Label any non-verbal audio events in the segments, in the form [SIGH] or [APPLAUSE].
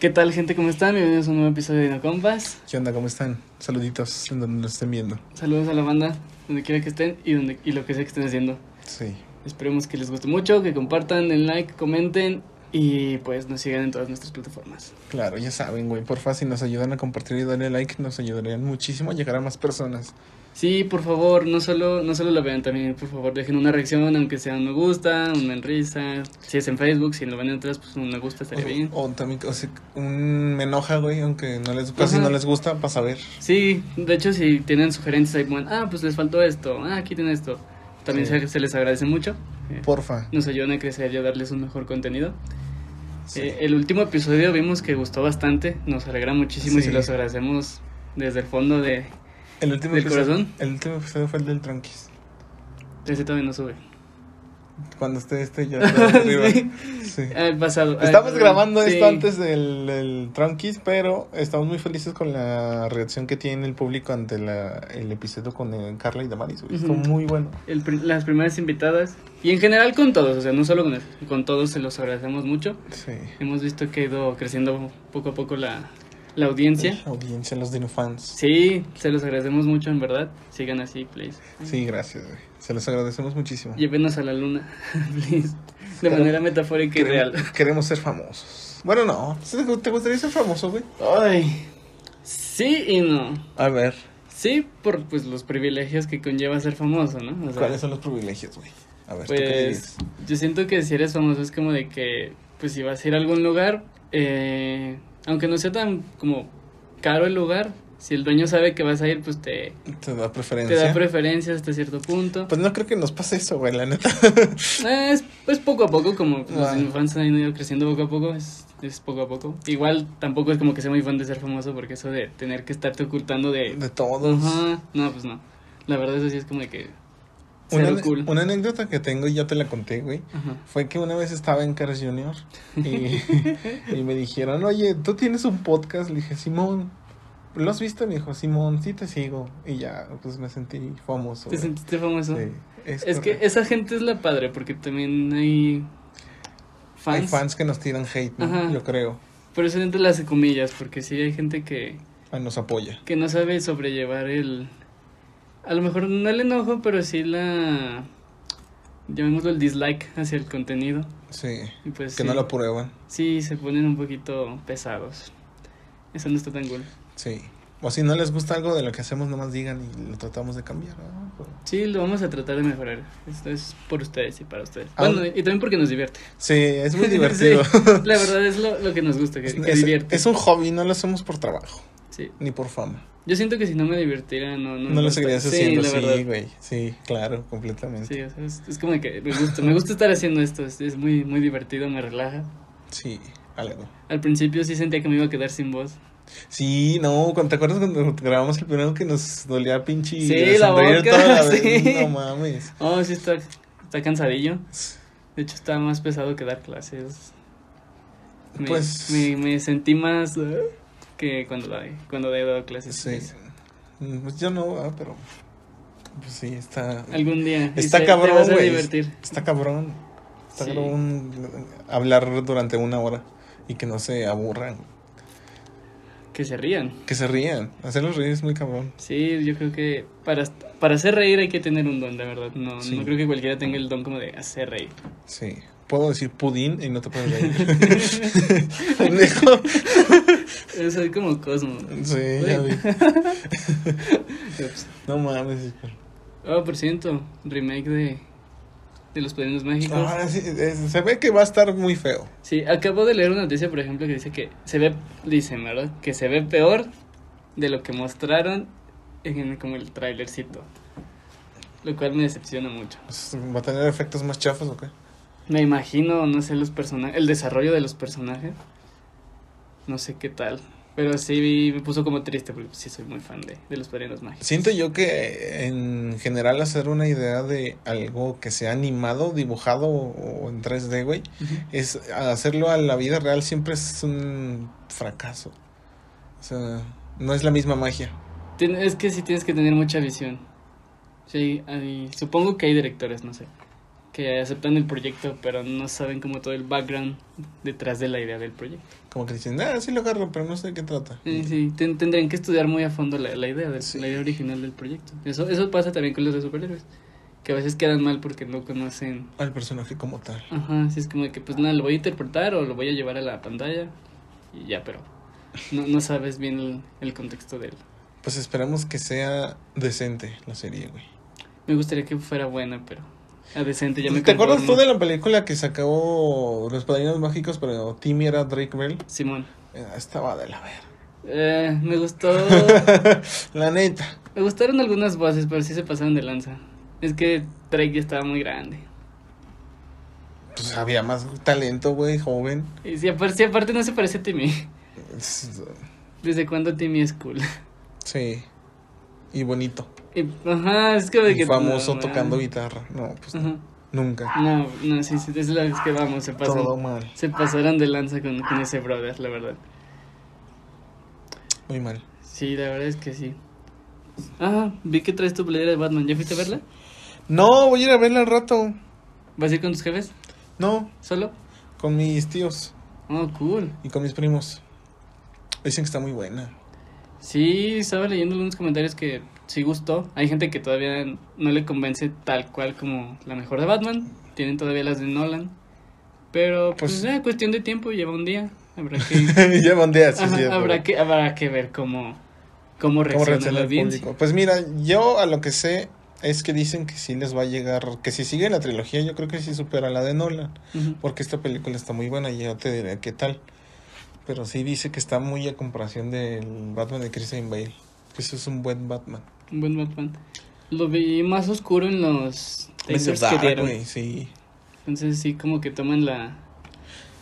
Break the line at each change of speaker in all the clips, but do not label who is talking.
¿Qué tal, gente? ¿Cómo están? Bienvenidos a un nuevo episodio de No Compas.
¿Qué onda? ¿Cómo están? Saluditos en donde nos estén viendo.
Saludos a la banda, donde quiera que estén y, donde, y lo que sea que estén haciendo.
Sí.
Esperemos que les guste mucho, que compartan, den like, comenten y pues nos sigan en todas nuestras plataformas.
Claro, ya saben, güey. Porfa, si nos ayudan a compartir y darle like, nos ayudarían muchísimo a llegar a más personas.
Sí, por favor, no solo, no solo la vean también, por favor, dejen una reacción, aunque sea un me gusta, un me risa. Si es en Facebook, si lo ven en otras, pues un me gusta estaría
o,
bien.
o también, o sea, un me enoja, güey, aunque no les, casi
Ajá.
no les gusta, para saber.
Sí, de hecho, si tienen sugerencias, ahí pongan, ah, pues les faltó esto, ah, aquí tienen esto. También
Sí.
se, se les agradece mucho. Eh,
Porfa.
nos ayudan a crecer y a darles un mejor contenido.
Sí.
Eh, el último episodio vimos que gustó bastante, nos alegra muchísimo y
Sí.
se los agradecemos desde el fondo de...
el último
¿del
episodio-
corazón?
El último episodio fue el del Tranquis.
Ese todavía no sube.
Cuando esté este
[LAUGHS]
ya está arriba.
Sí.
Sí.
Ah, El pasado. ah,
Estamos
el-
grabando
sí.
esto antes del, del Tranquis, pero estamos muy felices con la reacción que tiene el público ante la, el episodio con eh, Carla y Damaris. güey. Estuvo
Ujú.
muy bueno.
El pri- las primeras invitadas. Y en general con todos, o sea, no solo con ellos, con todos se los agradecemos mucho.
Sí.
Hemos visto que ha ido creciendo poco a poco la, la audiencia.
La audiencia, los dinofans. Sí.
Sí, se los agradecemos mucho, en verdad. Sigan así, please.
gracias, güey. Se los agradecemos muchísimo.
Llévenos a la luna, [LAUGHS] please. De manera metafórica y real.
Queremos- Queremos ser famosos. Bueno, no. ¿Sí ¿Te te gustaría ser famoso, güey?
Ay. Sí y no.
A ver.
Sí, por pues los privilegios que conlleva ser famoso, ¿no? O sea,
¿Cuáles son los privilegios, güey? A ver, ¿tú qué
Pues
dirías?
yo siento que si eres famoso es como de que, pues si vas a ir a algún lugar, eh, aunque no sea tan como caro el lugar, si el dueño sabe que vas a ir, pues te,
¿Te da
te
preferencia?
da preferencia hasta cierto punto.
pues no creo que nos pase eso, güey, la neta.
Eh, es pues poco a poco, como pues,
Ah.
los fans han ido creciendo poco a poco, es, es poco a poco. Igual tampoco es como que sea muy fan de ser famoso porque eso de tener que estarte ocultando de...
De todos.
Ajá, no, pues no. La verdad eso sí es como de que...
Una,
Cero cool.
una anécdota que tengo y ya te la conté, güey.
Ajá.
Fue que una vez estaba en Cars Junior
[LAUGHS]
y, y me dijeron, oye, ¿tú tienes un podcast? Le dije, Simón, ¿lo has visto? Me dijo, Simón, sí te sigo. Y ya, pues me sentí famoso.
¿Te
güey.
sentiste famoso?
Sí, es,
Es que
correcto.
esa gente es la padre, porque también hay fans.
Hay fans que nos tiran hate, ¿no?
Ajá.
yo creo.
Pero eso entre las comillas, porque sí hay gente que,
Ah, Nos apoya.
que no sabe sobrellevar el. A lo mejor no el enojo, pero sí la. Llamémoslo el dislike hacia el contenido.
Sí.
Y pues
Que
sí,
no lo aprueban.
sí, se ponen un poquito pesados. Eso no está tan cool.
Sí. O si no les gusta algo de lo que hacemos, nomás digan y lo tratamos de cambiar. ¿no? Pero-
Sí, lo vamos a tratar de mejorar. Esto es por ustedes y para ustedes.
Ah,
Bueno, y también porque nos divierte.
Sí, es muy
[LAUGHS] Sí,
divertido.
la verdad es lo, lo que nos gusta, que,
Es-
que
es-
divierte.
es un hobby, no lo hacemos por trabajo,
Sí.
ni por fama.
Yo siento que si no me divirtiera, no, no,
No lo
gusta.
seguirías haciendo,
la verdad.
sí, güey. Sí, claro, completamente.
Sí, o sea, es, es como que me gusta, me gusta estar haciendo esto, es, es muy, muy divertido, me relaja.
Sí, algo.
Al principio sí sentía que me iba a quedar sin voz.
Sí, no, ¿cu- ¿te acuerdas cuando grabamos el primero que nos dolía pinche
Sí,
el
la
sonreír
boca,
toda la vez?
[LAUGHS] sí.
No mames.
Oh, sí está, está cansadillo. De hecho está más pesado que dar clases. Me,
Pues-
me, me sentí más eh, que cuando, doy- cuando he dado clases.
Sí. Mm, Pues yo no, ah, pero. Pues sí, está.
Algún día. y
Está
te-
cabrón,
Te vas a
güey.
divertir.
Está cabrón. Está
Sí.
cabrón hablar durante una hora y que no se aburran.
Que se rían.
Que se rían. Hacerlos reír es muy cabrón.
Sí, yo creo que para, para hacer reír hay que tener un don, de verdad. No,
Sí.
no creo que cualquiera tenga el don como de hacer reír. [LAUGHS]
Sí. Puedo decir pudín y no te puedes reír.
[LAUGHS]
[LAUGHS] Pendejo.
Soy como Cosmo.
Sí, ya
[LAUGHS]
vi.
Ups.
No mames. hijo.
Oh, por cierto, remake de, de Los Padrinos Mágicos.
Ah, sí, es- se ve que va a estar muy feo.
Sí, acabo de leer una noticia, por ejemplo, que dice que se ve, dicen, ¿verdad? Que se ve peor de lo que mostraron en como el trailercito. Lo cual me decepciona mucho.
Pues, ¿Va a tener efectos más chafos o qué?
Me imagino, no sé, los personajes, el desarrollo de los personajes. No sé qué tal. Pero sí vi- me puso como triste porque sí soy muy fan de, de los padrinos mágicos.
Siento yo que en general hacer una idea de algo que sea animado, dibujado o o en 3D, güey, es hacerlo a la vida real siempre es un fracaso. O sea, no es la misma magia.
Tien- es que sí tienes que tener mucha visión. Sí, hay- supongo que hay directores, no sé, que aceptan el proyecto, pero no saben como todo el background detrás de la idea del proyecto.
Como que dicen, ah, sí lo agarro, pero no sé de qué trata.
Sí, sí, ten- tendrían que estudiar muy a fondo la, la idea, del-
Mm. Sí.
la idea original del proyecto. Eso, eso pasa también con los de superhéroes, que a veces quedan mal porque no conocen.
Al personaje como tal.
Ajá, sí, es como que pues nada, lo voy a interpretar o lo voy a llevar a la pantalla y ya, pero no, no sabes bien el, el contexto de él.
Pues esperamos que sea decente la serie, güey.
Me gustaría que fuera buena, pero a decente ya me
¿Te acuerdas tú
conformo.
de la película que sacó Los Padrinos Mágicos, pero Timmy era Drake Bell?
Simón.
Eh, Estaba de la ver.
Eh, me gustó.
[LAUGHS] la neta.
me gustaron algunas voces, pero sí se pasaron de lanza. Es que Drake ya estaba muy grande.
Pues había más talento, güey, joven.
Y si aparte, si aparte no se parece a Timmy. [LAUGHS]
Es-
¿Desde cuándo Timmy es cool? [LAUGHS]
Sí. Y bonito.
Y- ajá, es como de
Y
que.
famoso
no,
tocando
man.
guitarra. No, pues
Ajá.
nunca.
No, no, sí, sí, es la que vamos, se pasan.
Todo mal.
Se pasaron de lanza con, con ese brother, la verdad.
Muy mal.
Sí, la verdad es que sí. Ah, vi que traes tu playera de Batman. ¿Ya fuiste a verla?
No, voy a ir a verla al rato.
¿Vas a ir con tus jefes?
No,
¿Solo?
con mis tíos
Oh, cool.
y con mis primos. Dicen que está muy buena. [LAUGHS]
Sí, estaba leyendo algunos comentarios que sí gustó. Hay gente que todavía no le convence tal cual como la mejor de Batman. Tienen todavía las de Nolan. Pero pues,
Pues-
eh, cuestión de tiempo, lleva un día. [LAUGHS] Habrá que,
ya mandé así,
Ajá,
cierto.
habrá que, habrá que ver cómo, cómo
¿Cómo
reacciona
reacciona
la
el
audiencia.
público? Pues mira, yo a lo que sé es que dicen que sí les va a llegar, que si sigue la trilogía, yo creo que sí supera la de Nolan,
Ujú.
porque esta película está muy buena y yo te diré qué tal. Pero sí dice que está muy a comparación del Batman de Christian Bale, que eso es un buen Batman.
Un buen Batman. Lo vi más oscuro en los
Medio
teasers que
dark,
dieron.
güey, sí,
Entonces sí, como que toman la,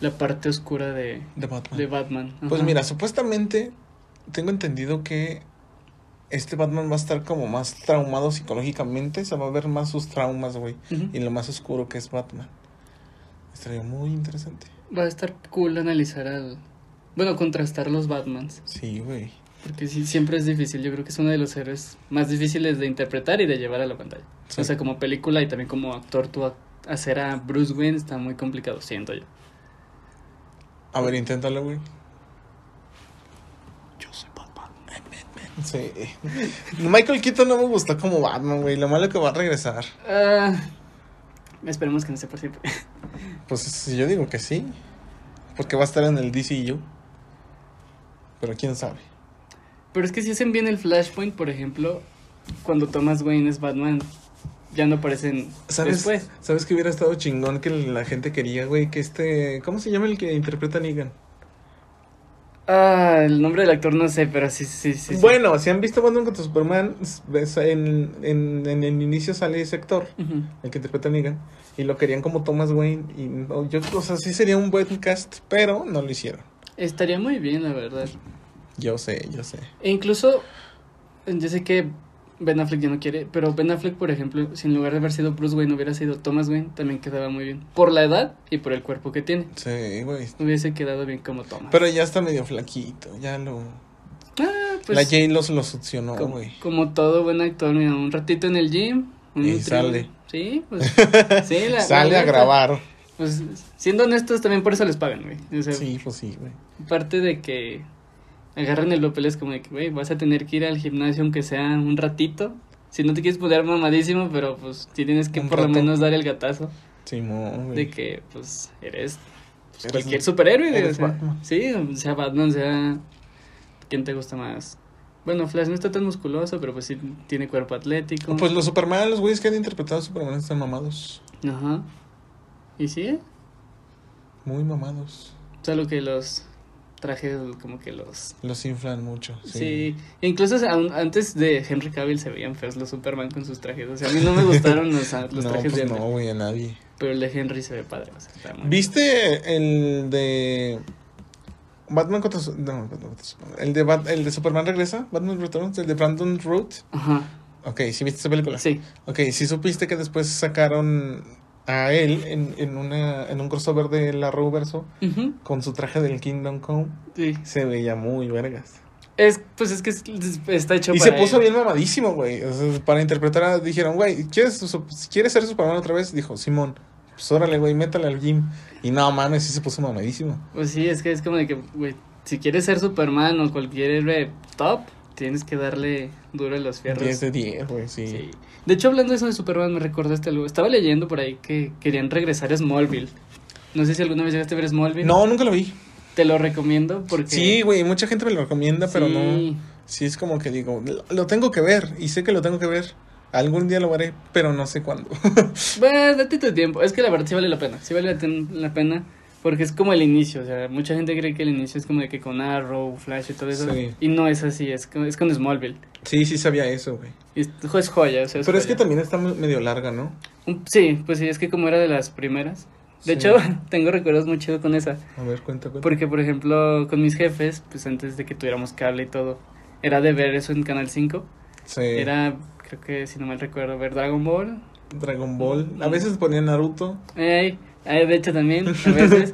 la parte oscura de,
de Batman.
de Batman.
Pues
Ajá.
mira, supuestamente tengo entendido que este Batman va a estar como más traumado psicológicamente, se va a ver más sus traumas, güey.
Ujú.
y lo más oscuro que es Batman. Estaría muy interesante.
Va a estar cool analizar al... Bueno, contrastar los Batmans.
Sí, güey.
Porque sí, siempre es difícil. Yo creo que es uno de los héroes más difíciles de interpretar y de llevar a la pantalla.
Sí.
O sea, como película y también como actor, tú a- hacer a Bruce Wayne está muy complicado, siento yo.
A ver, inténtalo, güey. Yo soy Batman. Sí. [LAUGHS] Michael Keaton no me gustó como Batman, güey. Lo malo que va a regresar.
Ah, esperemos que no sea por siempre.
Pues yo digo que sí. Porque va a estar en el DCU. Pero quién sabe.
Pero es que si hacen bien el Flashpoint, por ejemplo, cuando Thomas Wayne es Batman, ya no aparecen
¿Sabes?
después.
¿Sabes que hubiera estado chingón que la gente quería, güey? Que este. ¿Cómo se llama el que interpreta a Negan?
Ah, el nombre del actor no sé, pero sí, sí, sí. sí.
bueno, si han visto Batman contra Superman, ves, en, en- en el inicio sale ese actor,
Ujú.
el que interpreta a Negan, y lo querían como Thomas Wayne, y no, yo, o sea, sí sería un buen cast, pero no lo hicieron.
Estaría muy bien, la verdad.
Yo sé, yo sé.
E incluso, yo sé que Ben Affleck ya no quiere, pero Ben Affleck, por ejemplo, si en lugar de haber sido Bruce Wayne hubiera sido Thomas Wayne, también quedaba muy bien. Por la edad y por el cuerpo que tiene.
Sí, güey.
Hubiese quedado bien como Thomas.
Pero ya está medio flaquito, ya lo...
Ah, pues,
la J los lo succionó,
como,
güey.
como todo buen actor, mira, un ratito en el gym. un
Y
nutriólogo.
sale.
Sí,
[LAUGHS]
pues. sí, la-
Sale
la
a
neta,
grabar.
Pues, siendo honestos, también por eso les pagan, güey. O sea,
Sí, pues sí, güey.
parte de que agarran el papel es como de que, güey, vas a tener que ir al gimnasio aunque sea un ratito. Si no te quieres poner mamadísimo, pero pues tienes que
Un
por lo
rato.
menos dar el gatazo
Simón,
de
güey.
que, pues, eres pues,
Eres-
cualquier superhéroe. güey, o
eres
sea,
Batman.
sí, sea Batman, sea. ¿Quién te gusta más? Bueno, Flash no está tan musculoso, pero pues sí tiene cuerpo atlético.
Pues los Superman, los güeyes que han interpretado a Superman están mamados.
Ajá. Y sí,
Muy mamados.
solo que los trajes como que los
Los inflan mucho.
Sí, incluso o sea, aún antes de Henry Cavill se veían feos los Superman con sus trajes. O sea, a mí no me gustaron los, a- los
[LAUGHS] no,
trajes
pues
de Henry,
no, güey, a nadie.
pero el de Henry se ve padre. O sea, está muy-
¿Viste el de Batman contra su- no, Batman contra Superman. el de Bat- el de Superman regresa, Batman Returns, el de Brandon Root.
Ajá,
Ok, sí viste esa película.
sí.
Ok, sí supiste que después sacaron a él en, en una en un crossover de la Arrowverso
Ujú,
con su traje del Kingdom Come,
sí.
se veía muy vergas.
Es, pues es que es- es- está hecho
Y
para
se puso
él.
bien mamadísimo, güey. O sea, para interpretar, a- dijeron, güey, ¿quieres, su- ¿quieres ser Superman otra vez? Dijo, Simón. pues órale, güey, métale al gym. Y no mames, sí se puso mamadísimo.
Pues sí, es que es como de que, güey, si quieres ser Superman o cualquier héroe top, tienes que darle duro a los fierros.
10 de 10, güey, sí.
Sí. De hecho, hablando de eso de Superman, me recordaste algo. Estaba leyendo por ahí que querían regresar a Smallville. No sé si alguna vez llegaste a ver Smallville.
No, nunca lo vi.
Te lo recomiendo porque.
Sí, güey, mucha gente me lo recomienda, pero
Sí.
no. Sí, es como que digo, "Lo- lo tengo que ver y sé que lo tengo que ver. Algún día lo haré, pero no sé cuándo. [LAUGHS]
Bueno, date tu tiempo. Es que la verdad sí vale la pena. Sí vale la, ten- la pena. Porque es como el inicio. O sea, mucha gente cree que el inicio es como de que con Arrow, Flash y todo eso.
Sí.
Y no es así. Es con, es con Smallville.
sí, sí sabía eso, güey.
Y es, es joya. O sea,
Pero es que
joya.
también está me- medio larga, ¿no?
Un- Sí, pues sí, es que como era de las primeras. De
Sí.
hecho, [LAUGHS] tengo recuerdos muy chidos con esa.
A ver, cuenta, cuenta.
Porque, por ejemplo, con mis jefes, pues antes de que tuviéramos cable y todo, era de ver eso en Canal 5.
Sí.
Era, creo que si no mal recuerdo, ver Dragon Ball.
Dragon Ball. A veces ponían Naruto.
Eh, eh, de hecho, también, a
[LAUGHS]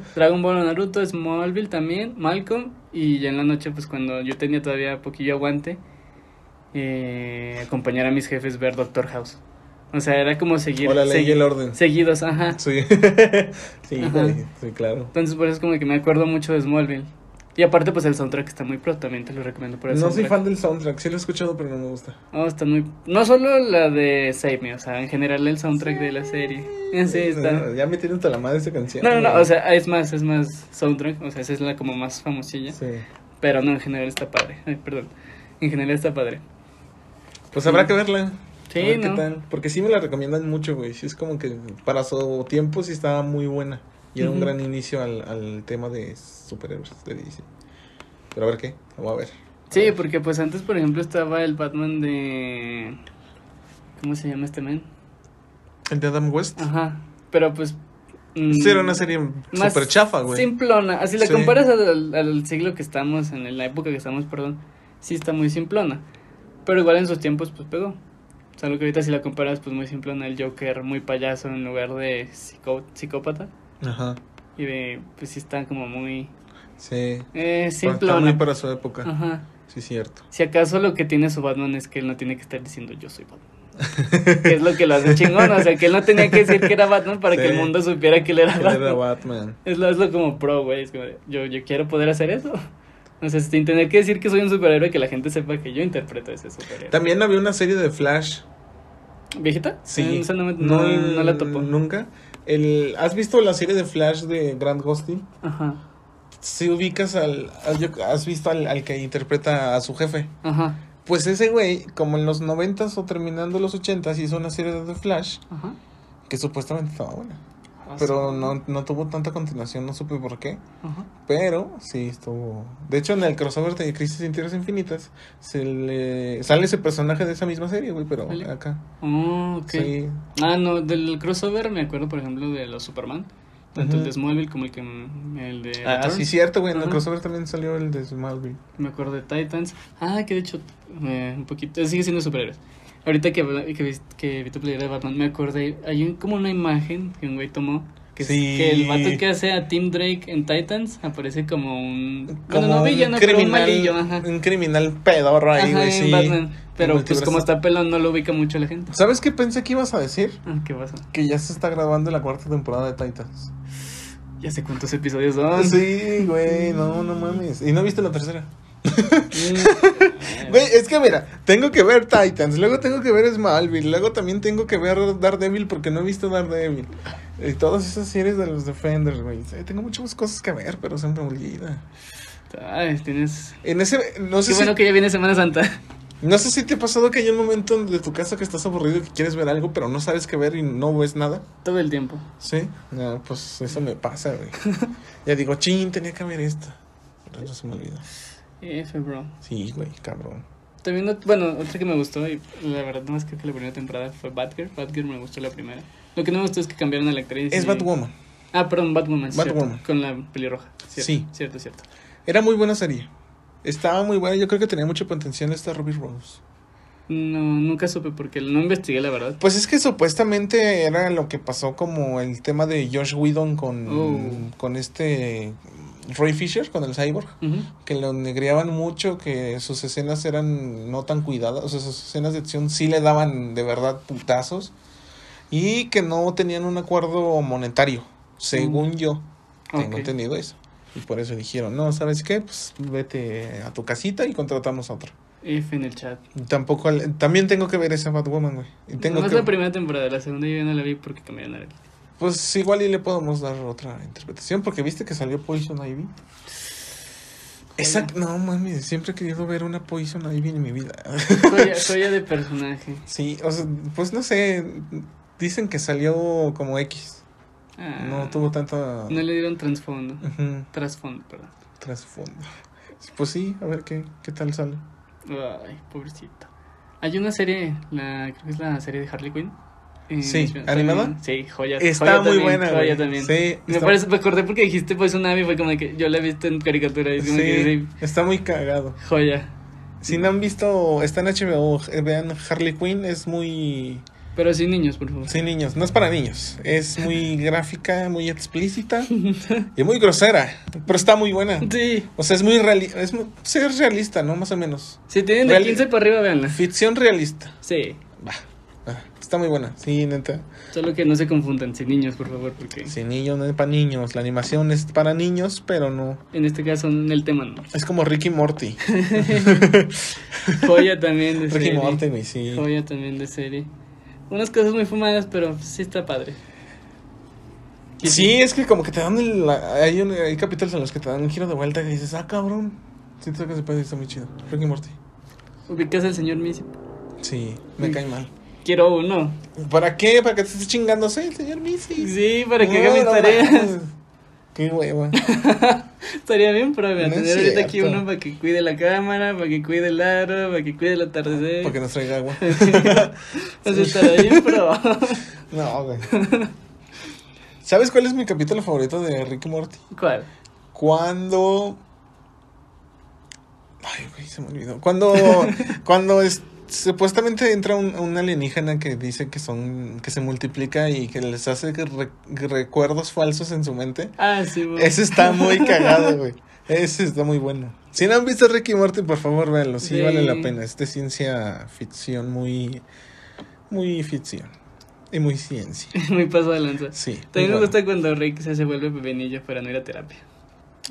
veces, Dragon Ball o Naruto, Smallville también, Malcolm. Y ya en la noche, pues cuando yo tenía todavía poquillo aguante, eh, acompañar a mis jefes ver Doctor House. O sea, era como seguir.
O la ley y
segui-
el orden.
Seguidos, ajá.
Sí. [LAUGHS] sí,
Ajá.
güey, sí, claro.
Entonces, por eso es como que me acuerdo mucho de Smallville. Y aparte, pues el soundtrack está muy pro, también te lo recomiendo por el
No soy
soundtrack.
fan del soundtrack. Sí lo he escuchado, pero no me gusta.
Oh, está muy... No solo la de Save Me, o sea, en general el soundtrack de la serie. [LAUGHS] Eh, Sí, está.
Ya me tiene hasta la madre esta canción.
No, no, no,
güey.
o sea, es más, es más soundtrack, o sea, esa es la como más famosilla.
Sí.
Pero no, en general está padre. Ay, perdón. En general está padre.
Pues habrá que verla.
Sí,
A ver
¿no?
qué tal. Porque sí me la recomiendan mucho, güey. Sí, es como que para su tiempo sí estaba muy buena. Y era un
Ujú.
gran inicio al, al tema de superhéroes de DC. Pero a ver qué. Lo voy a ver.
Sí, porque pues antes, por ejemplo, estaba el Batman de... ¿Cómo se llama este men?
El de Adam West.
Ajá. Pero pues... mm,
Sí, era una serie
más
super chafa, güey.
Simplona. Así la
Sí.
comparas al, al siglo que estamos, en la época que estamos, perdón, sí está muy simplona. Pero igual en sus tiempos, pues pegó. O sea, lo que ahorita si la comparas, pues muy simplona, el Joker muy payaso en lugar de psicó- psicópata.
Ajá.
Y de, pues sí está como muy...
Sí.
Eh,
Pero Está muy
simplona. Ah.
para su época.
Ajá.
Sí, cierto.
Si acaso lo que tiene su Batman es que él no tiene que estar diciendo yo soy Batman. que es lo que lo hace chingón. O sea, que él no tenía que decir que era Batman para que
Sí.
el mundo supiera que él era
Él
Batman.
era Batman.
Es lo, es lo como pro, güey. Es como, de, yo, yo quiero poder hacer eso. O sea, sin tener que decir que soy un superhéroe, que la gente sepa que yo interpreto a ese superhéroe.
También había una serie de Flash.
¿Viejita? Eh,
Sí.
esa no, me- no, no la topo.
Nunca. El, ¿Has visto la serie de Flash de Grant Gustin?
Ajá,
Si ubicas al. al- yo- ¿Has visto al, al que interpreta a su jefe?
ajá,
Pues ese güey, como en los 90s o terminando los 80s, hizo una serie de Flash
ajá.
que supuestamente estaba buena.
Ah,
Pero
sí.
no, no tuvo tanta continuación, no supe por qué.
Ajá.
Pero sí estuvo. De hecho, en el crossover de Crisis en Tierras Infinitas se le sale ese personaje de esa misma serie, güey, pero
¿Sale?
acá.
Oh, ok.
Sí.
Ah, no, del crossover me acuerdo, por ejemplo, de los Superman. Tanto el de
Ujú.
Smallville como el, que, el de.
Ah,
Returns.
sí, cierto, güey. En el
Ajá.
crossover también salió el de Smallville.
Me acuerdo de Titans. Ah, que de hecho, eh, un poquito. Sigue siendo superhéroes. Ahorita que, habla- que, vis- que vi tu playera de Batman, me acordé. Hay un- como una imagen que un güey tomó. Que, es-
Sí.
que el vato que hace a Tim Drake en Titans aparece como un. bueno, no
un
villano, pero un malillo, ajá.
un criminal pedorro ahí,
Ajá,
güey,
en
sí.
Batman. Pero pues
multiverso.
como está pelón, no lo ubica mucho la gente.
¿Sabes qué pensé que ibas a decir?
Ah, ¿Qué pasa?
Que ya se está grabando la cuarta temporada de Titans.
Ya sé cuántos episodios son.
Ah,
[LAUGHS]
Sí, güey, no, no mames. ¿Y no viste la tercera?
Mm.
Güey, es que mira, tengo que ver Titans, luego tengo que ver Smallville, luego también tengo que ver Daredevil porque no he visto Daredevil. Y todas esas series de los Defenders, güey. Sí, Tengo muchas cosas que ver, pero se me olvida.
Ay, tienes.
En ese, no sé
Qué
si
bueno que ya viene Semana Santa. [LAUGHS]
No sé si te ha pasado que hay un momento de tu casa que estás aburrido y que quieres ver algo, pero no sabes qué ver y no ves nada.
Todo el tiempo.
Sí. No, pues eso me pasa, güey. ya digo, chin, tenía que ver esto. Pero no se me olvida.
F, bro.
Sí, güey, cabrón.
También, ot- bueno, otra que me gustó, y la verdad no más creo que la primera temporada fue Batgirl. Batgirl me gustó la primera. Lo que no me gustó es que cambiaron a la actriz.
Es
y-
Batwoman.
Ah, perdón, Batwoman. sí, cierto,
Batwoman.
con la pelirroja. Cierto,
Sí.
Cierto, cierto.
Era muy buena serie. Estaba muy buena. Yo creo que tenía mucho potencial esta Ruby Rose.
No, nunca supe porque no investigué, la verdad.
Pues es que supuestamente era lo que pasó como el tema de Josh Whedon con,
Oh.
con este Ray Fisher, con el cyborg.
Ujú.
que lo negreaban mucho, que sus escenas eran no tan cuidadas, o sea, sus escenas de acción sí le daban de verdad putazos. Y que no tenían un acuerdo monetario, según yo. Tengo
Mm. Ok.
entendido eso. Y por eso dijeron, no, ¿sabes qué? Pues vete a tu casita y contratamos a otro.
F en el chat.
Y Tampoco, al- también tengo que ver esa Batwoman, güey. Y tengo
no es
que-
la primera temporada, la segunda yo ya no la vi porque cambiaron a la
[LAUGHS] Pues igual y le podemos dar otra interpretación, porque viste que salió Poison Ivy. Esa, no mames, siempre he querido ver una Poison Ivy en mi vida.
Soya, soya de personaje.
sí, o sea, pues no sé, dicen que salió como X.
Ah,
No tuvo tanta
No le dieron trasfondo.
ujú,
Trasfondo, perdón.
trasfondo. Pues sí, a ver qué, qué tal sale.
Ay, pobrecito. Hay una serie, la, creo que es la serie de Harley Quinn. Eh,
Sí,
también-
¿animada?
Sí, joya. joya
Está muy
también,
buena,
Joya
güey.
también.
Sí,
Me,
está-
parece, me acordé porque dijiste pues un ave, fue como que yo la he visto en caricatura. Y es como que
sí,
sí,
está muy cagado.
joya.
Si no han visto, está en HBO, eh, vean Harley Quinn, es muy...
Pero sin niños, por favor.
Sí, niños, no es para niños.
[LAUGHS]
Es muy gráfica, muy explícita y muy grosera, pero está muy buena.
Sí.
O sea, es muy reali- es mu- sí, es realista, ¿no? Más o menos.
Si tienen de
Real-
15 para arriba, véanla.
Ficción realista.
Sí.
Va. Ah, está muy buena. Sí, neta.
Solo que no se confundan, sin niños, por favor, porque
Sí, niños, no es para niños. La animación es para niños, pero no.
en este caso en el tema no.
Es como
[LAUGHS]
Ricky Morty.
Joya también
[LAUGHS]
este, de
Ricky
serie.
Morty, güey, sí.
Joya también de serie. Unas cosas muy fumadas, pero sí está padre. Y
Sí, es que como que te dan el. la- Hay, un- hay capítulos en los que te dan un giro de vuelta y dices, ah, cabrón. Siento que se puede, está muy chido. Ricky Morty.
Ubicas al señor Missy.
Sí, me
Mm.
cae mal.
Quiero uno.
¿Para qué? ¿Para que te estés chingándose el señor Missy?
Sí, para que haga
No,
mis
no
tareas.
mames. Qué hueva.
[LAUGHS] Estaría bien, pero voy a
No es
tener ahorita aquí
cierto.
uno para que cuide la cámara, para que cuide el aro, para que cuide el atardecer. [LAUGHS]
Porque nos traiga agua.
Eso estaría bien, pero. [LAUGHS]
No, güey. ¿Sabes cuál es mi capítulo favorito de Rick y Morty?
¿Cuál?
Cuando. Ay, güey, se me
[LAUGHS]
olvidó. Cuando. cuando es- Supuestamente entra un, un alienígena que dice que son. que se multiplica y que les hace que re- recuerdos falsos en su mente.
Ah, sí, bueno.
Ese está muy
[LAUGHS]
cagado, güey. Ese está muy bueno. Si no han visto Ricky Morty, por favor, véanlo. Sí,
Sí.
vale la pena. Es de ciencia ficción muy. Muy ficción. Y muy ciencia.
[LAUGHS] Muy paso de lanza.
Sí.
También
muy
me
bueno.
gusta cuando Rick se, se vuelve pepenillo para no ir a terapia.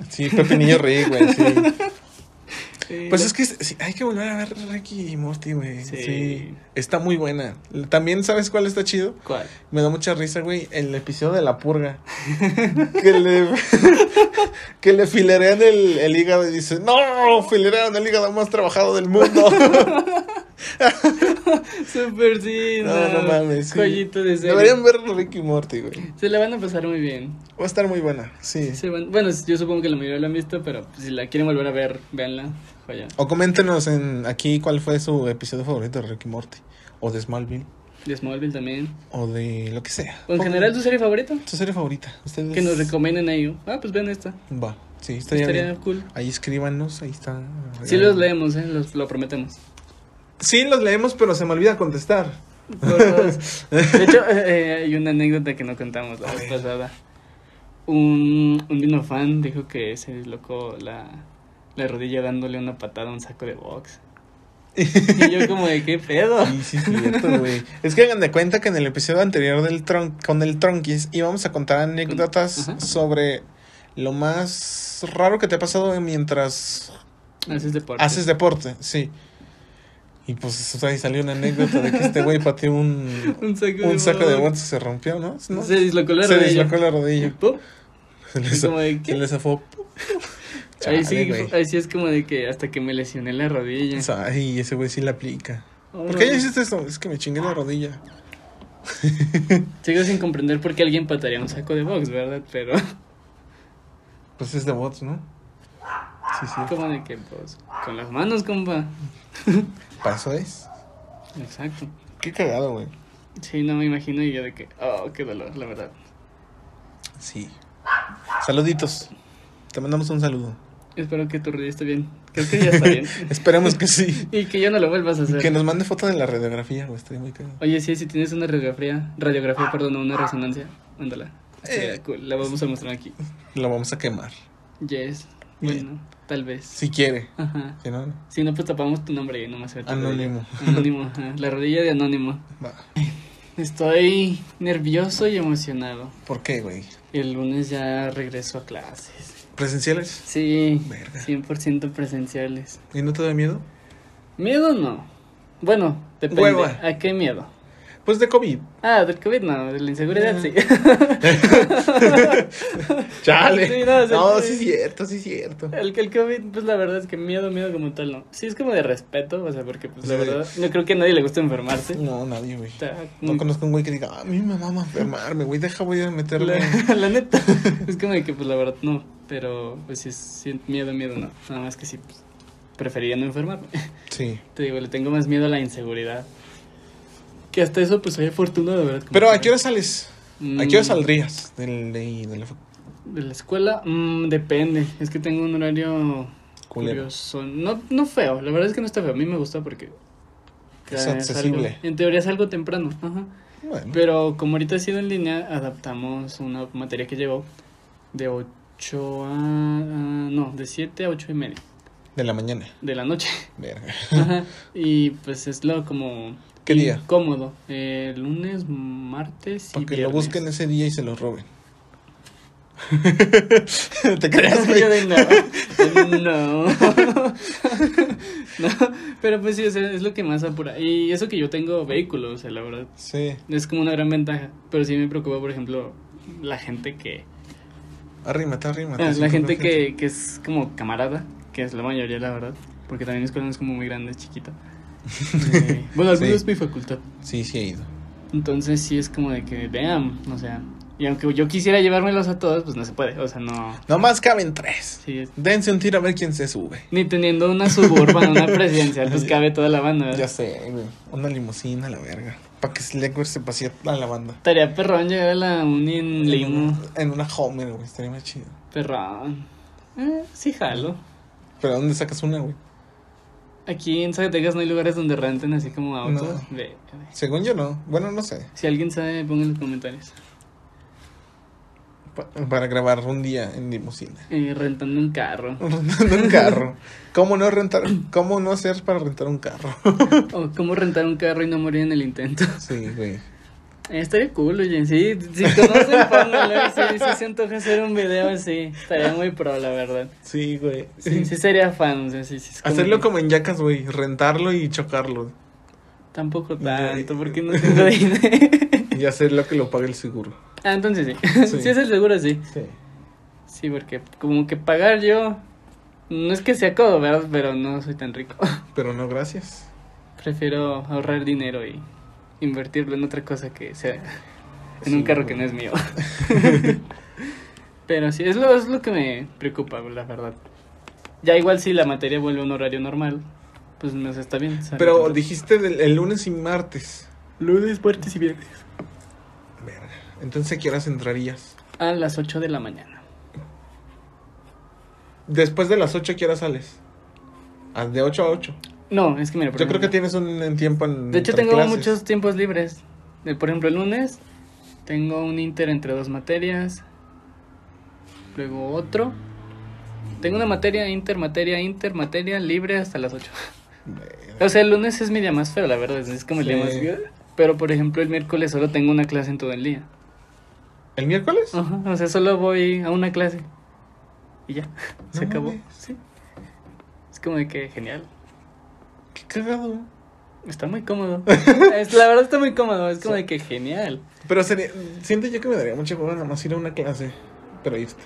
Sí, Pepe Niño Rick, güey.
[LAUGHS]
sí.
Sí,
Pues
la-
es que es- sí, hay que volver a ver Ricky y Morty, güey.
Sí.
Sí. Está muy buena. También, ¿sabes cuál está chido?
¿Cuál?
Me da mucha risa, güey. El episodio de la purga.
[LAUGHS]
que le. [LAUGHS] que le filerean el, el hígado y dice: ¡No! Filerean el hígado más trabajado del mundo.
[LAUGHS] Super sí.
no, no mames. sí.
Joyito de serie.
Deberían ver Ricky y Morty, güey.
Se la van a pasar muy bien.
Va a estar muy buena, sí.
Se van- Bueno, yo supongo que la mayoría la han visto, pero pues, si la quieren volver a ver, véanla. Joya.
O coméntenos en, aquí cuál fue su episodio favorito de Ricky Morty. O de Smallville.
De Smallville también.
O de lo que sea.
O en general, ¿tu serie favorita?
¿Tu serie favorita? ¿Ustedes?
Que nos recomienden ahí. Ah, pues vean esta.
Va, sí, estaría,
Estaría
bien.
cool.
Ahí escríbanos, ahí está.
Sí los leemos, eh, los, lo
[LAUGHS]
prometemos.
Sí los leemos, pero se me olvida contestar.
Todos. De hecho, eh, hay una anécdota que no contamos la
A
vez
ver.
pasada. Un, un vino fan dijo que se dislocó la, la rodilla dándole una patada a un saco de box.
[LAUGHS]
Y yo como de, ¿qué pedo?
Sí, sí, es cierto, [LAUGHS] güey. Es que hagan de cuenta que en el episodio anterior del tron con el Tronquis íbamos a contar anécdotas
Ajá.
sobre lo más raro que te ha pasado mientras
Haces deporte.
haces deporte, sí. Y pues o sea, ahí salió una anécdota de que este güey pateó
[LAUGHS]
un,
un saco
un saco de
box.
bots y se rompió, ¿no? ¿No?
Se dislocó la
Se
rodilla.
dislocó
[LAUGHS]
la
Y
rodilla.
¡pum!
Se le,
Y como de,
se
¿qué?
le zafó.
Ahí sí,
Chale, güey.
ahí sí es como de que hasta que me lesioné la rodilla.
O sea, Ay, ese güey sí la aplica.
Oh,
¿Por qué ya
no.
hiciste esto? Es que me chingué
Ah.
la rodilla.
Sigo sin comprender por qué alguien pataría un saco de box, ¿verdad? Pero
Pues es de bots, ¿no? Sí, sí.
[LAUGHS] como de que, pues, con las manos, compa.
Paso es.
Exacto.
Qué cagado, güey.
Sí, no me imagino y yo de que, oh, qué dolor, la verdad.
Sí. Saluditos. Te mandamos un saludo.
Espero que tu rodilla esté bien. Creo que ya está bien.
[LAUGHS] Esperemos que sí.
y que ya no lo vuelvas a
Y
hacer.
que nos mande foto de la radiografía, güey. Estoy muy cagado.
Oye, sí, si tienes una radiografía, radiografía, perdón, una resonancia, mándala. Estaría
Eh.
cool, la vamos a mostrar aquí.
Lo vamos a quemar.
Yes.
Bien.
Bueno, tal vez.
Si quiere.
Ajá.
Si no, no.
Si no, pues tapamos tu nombre y nomás se ve tu
Anónimo.
rodilla. Anónimo, ajá, la rodilla de anónimo.
Va.
Estoy nervioso y emocionado.
¿Por qué, güey?
El lunes ya regreso a clases.
¿Presenciales?
Sí,
Verga.
100% presenciales.
¿Y no te da miedo?
Miedo no. Bueno, depende.
Hueva.
¿A qué miedo?
Pues de COVID.
[LAUGHS]
[LAUGHS]
Ah, del COVID no, de la inseguridad
Ah.
sí. [LAUGHS]
Chale.
Sí, no,
no,
sí, sí.
sí es cierto, sí es cierto.
El, el COVID, pues la verdad es que miedo, miedo como tal no. Sí, es como de respeto, o sea, porque pues la
Sí.
verdad, no creo que a nadie le guste enfermarse.
No, nadie, güey.
Está
No
muy-
conozco un güey que diga, a mí me mama enfermarme, güey, deja, voy a meterle.
la, [LAUGHS] la neta,
[LAUGHS]
es como de que pues la verdad no, pero pues sí, es- sí, miedo, miedo no. Nada más que sí, pues, preferiría no enfermarme. [LAUGHS]
Sí.
Te digo, le tengo más miedo a la inseguridad. Que hasta eso, pues soy afortunado, de verdad. como
Pero
que-
¿a qué hora sales? ¿A
Mm.
qué hora saldrías del, de, de la fac-
De la escuela, mm, depende. Es que tengo un horario
Culero.
curioso. No, no feo, la verdad es que no está feo. A mí me gusta porque.
Es
salgo-
accesible.
en teoría es algo temprano. Ajá.
Bueno,
Pero como ahorita ha sido en línea, adaptamos una materia que llevó de 8 a. a- no, de 7 a 8 y media
de la mañana.
de la
[LAUGHS]
noche.
Verga.
Ajá. Y pues es lo como.
¿Qué día?
Cómodo. lunes, martes y
Para que lo
viernes.
busquen ese día y se lo roben. ¿Te creas,
[LAUGHS]
güey?
Yo de
[LAUGHS]
no. de no. [LAUGHS] No, pero pues sí, o sea, es lo que más apura. Y eso que yo tengo vehículo, o sea, la verdad,
Sí.
es como una gran ventaja. Pero sí me preocupa, por ejemplo, la gente que.
Arrímate, arrímate.
Ah, Eh, La
sí,
gente
con
que, que es como camarada, que es la mayoría, la verdad. Porque también mi escuela no es como muy grande, es
[LAUGHS]
chiquita. Eh, bueno, al
Sí.
menos es mi facultad.
Sí, sí he ido.
Entonces sí es como de que, damn, o sea. Y aunque yo quisiera llevármelos a todos, pues no se puede. O sea, no.
Nomás caben tres.
Sí, es-
Dense un tiro a ver quién se sube.
Ni teniendo una suburbana,
[LAUGHS]
una presidencial, pues cabe toda la banda. ¿verdad?
Ya sé, güey. Una limusina, la verga. Para que Slacker se pasee a la banda.
Estaría perrón llegar a la uni en limo.
En una Homer, güey. Estaría más chido.
Perrón. Eh, sí, jalo.
Pero ¿dónde sacas una, güey?
Aquí en Zacatecas no hay lugares donde renten así como autos.
No.
Ve, ve.
Según yo no. Bueno, no sé.
Si alguien sabe, ponga en los comentarios.
Pa- para grabar un día en limusina. [LAUGHS]
Eh, rentando un carro.
Rentando un carro. ¿Cómo no rentar? ¿Cómo no hacer para rentar un carro? [LAUGHS]
O cómo rentar un carro y no morir en el intento. [LAUGHS]
Sí, güey.
Eh, estaría cool, oye. Sí, si conocen, pónganlo. Sí, sí se antoja hacer un video así. Estaría muy pro, la verdad.
Sí, güey.
Sí, sí sería fan. o sea, sí, sí es como
Hacerlo
que-
como en yacas, güey. Rentarlo y chocarlo.
Tampoco
Ya,
tanto,
ya.
porque no tengo dinero. [LAUGHS]
Y hacerlo que lo pague el seguro.
ah, entonces sí.
Sí.
Si es el seguro, sí.
Sí.
Sí, porque como que pagar yo. No es que sea codo, ¿verdad? Pero no soy tan rico.
Pero no, gracias.
Prefiero ahorrar dinero y invertirlo en otra cosa que sea. En un
Sí,
carro que
güey.
no es mío.
[LAUGHS]
Pero sí, es lo, es lo que me preocupa, la verdad. Ya igual si la materia vuelve a un horario normal, pues nos está bien. ¿sabes?
Pero
Entonces,
dijiste del- el lunes y martes.
lunes, martes y viernes.
Verga. Entonces, ¿a qué horas entrarías?
A las 8 de la mañana.
Después de las 8, ¿a qué hora sales? Ah, De 8 a 8.
No, es que mira, por
Yo creo que
ejemplo,
tienes un en tiempo en.
De hecho,
entre
tengo
clases.
muchos tiempos libres. De, por ejemplo, el lunes tengo un inter entre dos materias. Luego otro. Tengo una materia, inter, materia, inter, materia, libre hasta las 8.
Verga.
O sea, el lunes es mi día más feo, la verdad. Es como el día
Sí.
más. Pero, por ejemplo, el miércoles solo tengo una clase en todo el día.
¿El miércoles?
Ajá, o sea, solo voy a una clase. Y ya, [LAUGHS] se
No
acabó.
mames.
Sí. Es como de que genial.
Qué cagado.
Está muy
[LAUGHS]
cómodo. Es- la verdad está muy cómodo. Es como de que genial.
Pero sería, siento yo que me daría mucha hueva nada más ir a una clase. Pero irte.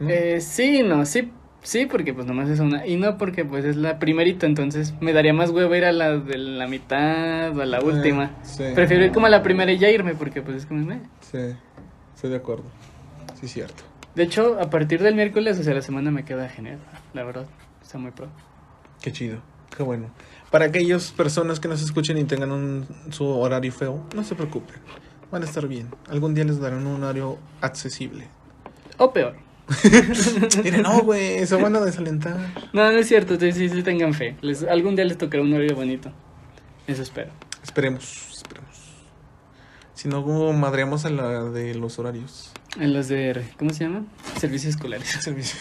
¿no?
Eh, sí, no, sí, sí, porque pues nomás es una. Y no porque pues es la primerita, entonces me daría más hueva ir a la de la mitad o a la
Eh,
última.
sí.
Prefiero ir como a la primera y ya irme, porque pues es como... eh.
Sí, estoy de acuerdo. Sí, cierto.
De hecho, a partir del miércoles, o sea, la semana me queda genial, la verdad. Está muy pro.
Qué chido. Qué bueno. Para aquellas personas que nos escuchen y tengan un- su horario feo, no se preocupen. Van a estar bien. Algún día les darán un horario accesible.
O peor.
Miren, no, güey, eso van a desalentar.
No, no es cierto, sí, sí, sí, tengan fe. Les, algún día les tocará un horario bonito. Eso espero.
Esperemos, esperemos. Si no, como madreamos a la de los horarios.
En los de... ¿Cómo se llama? Servicios escolares. [LAUGHS]
[LAUGHS] Servicio.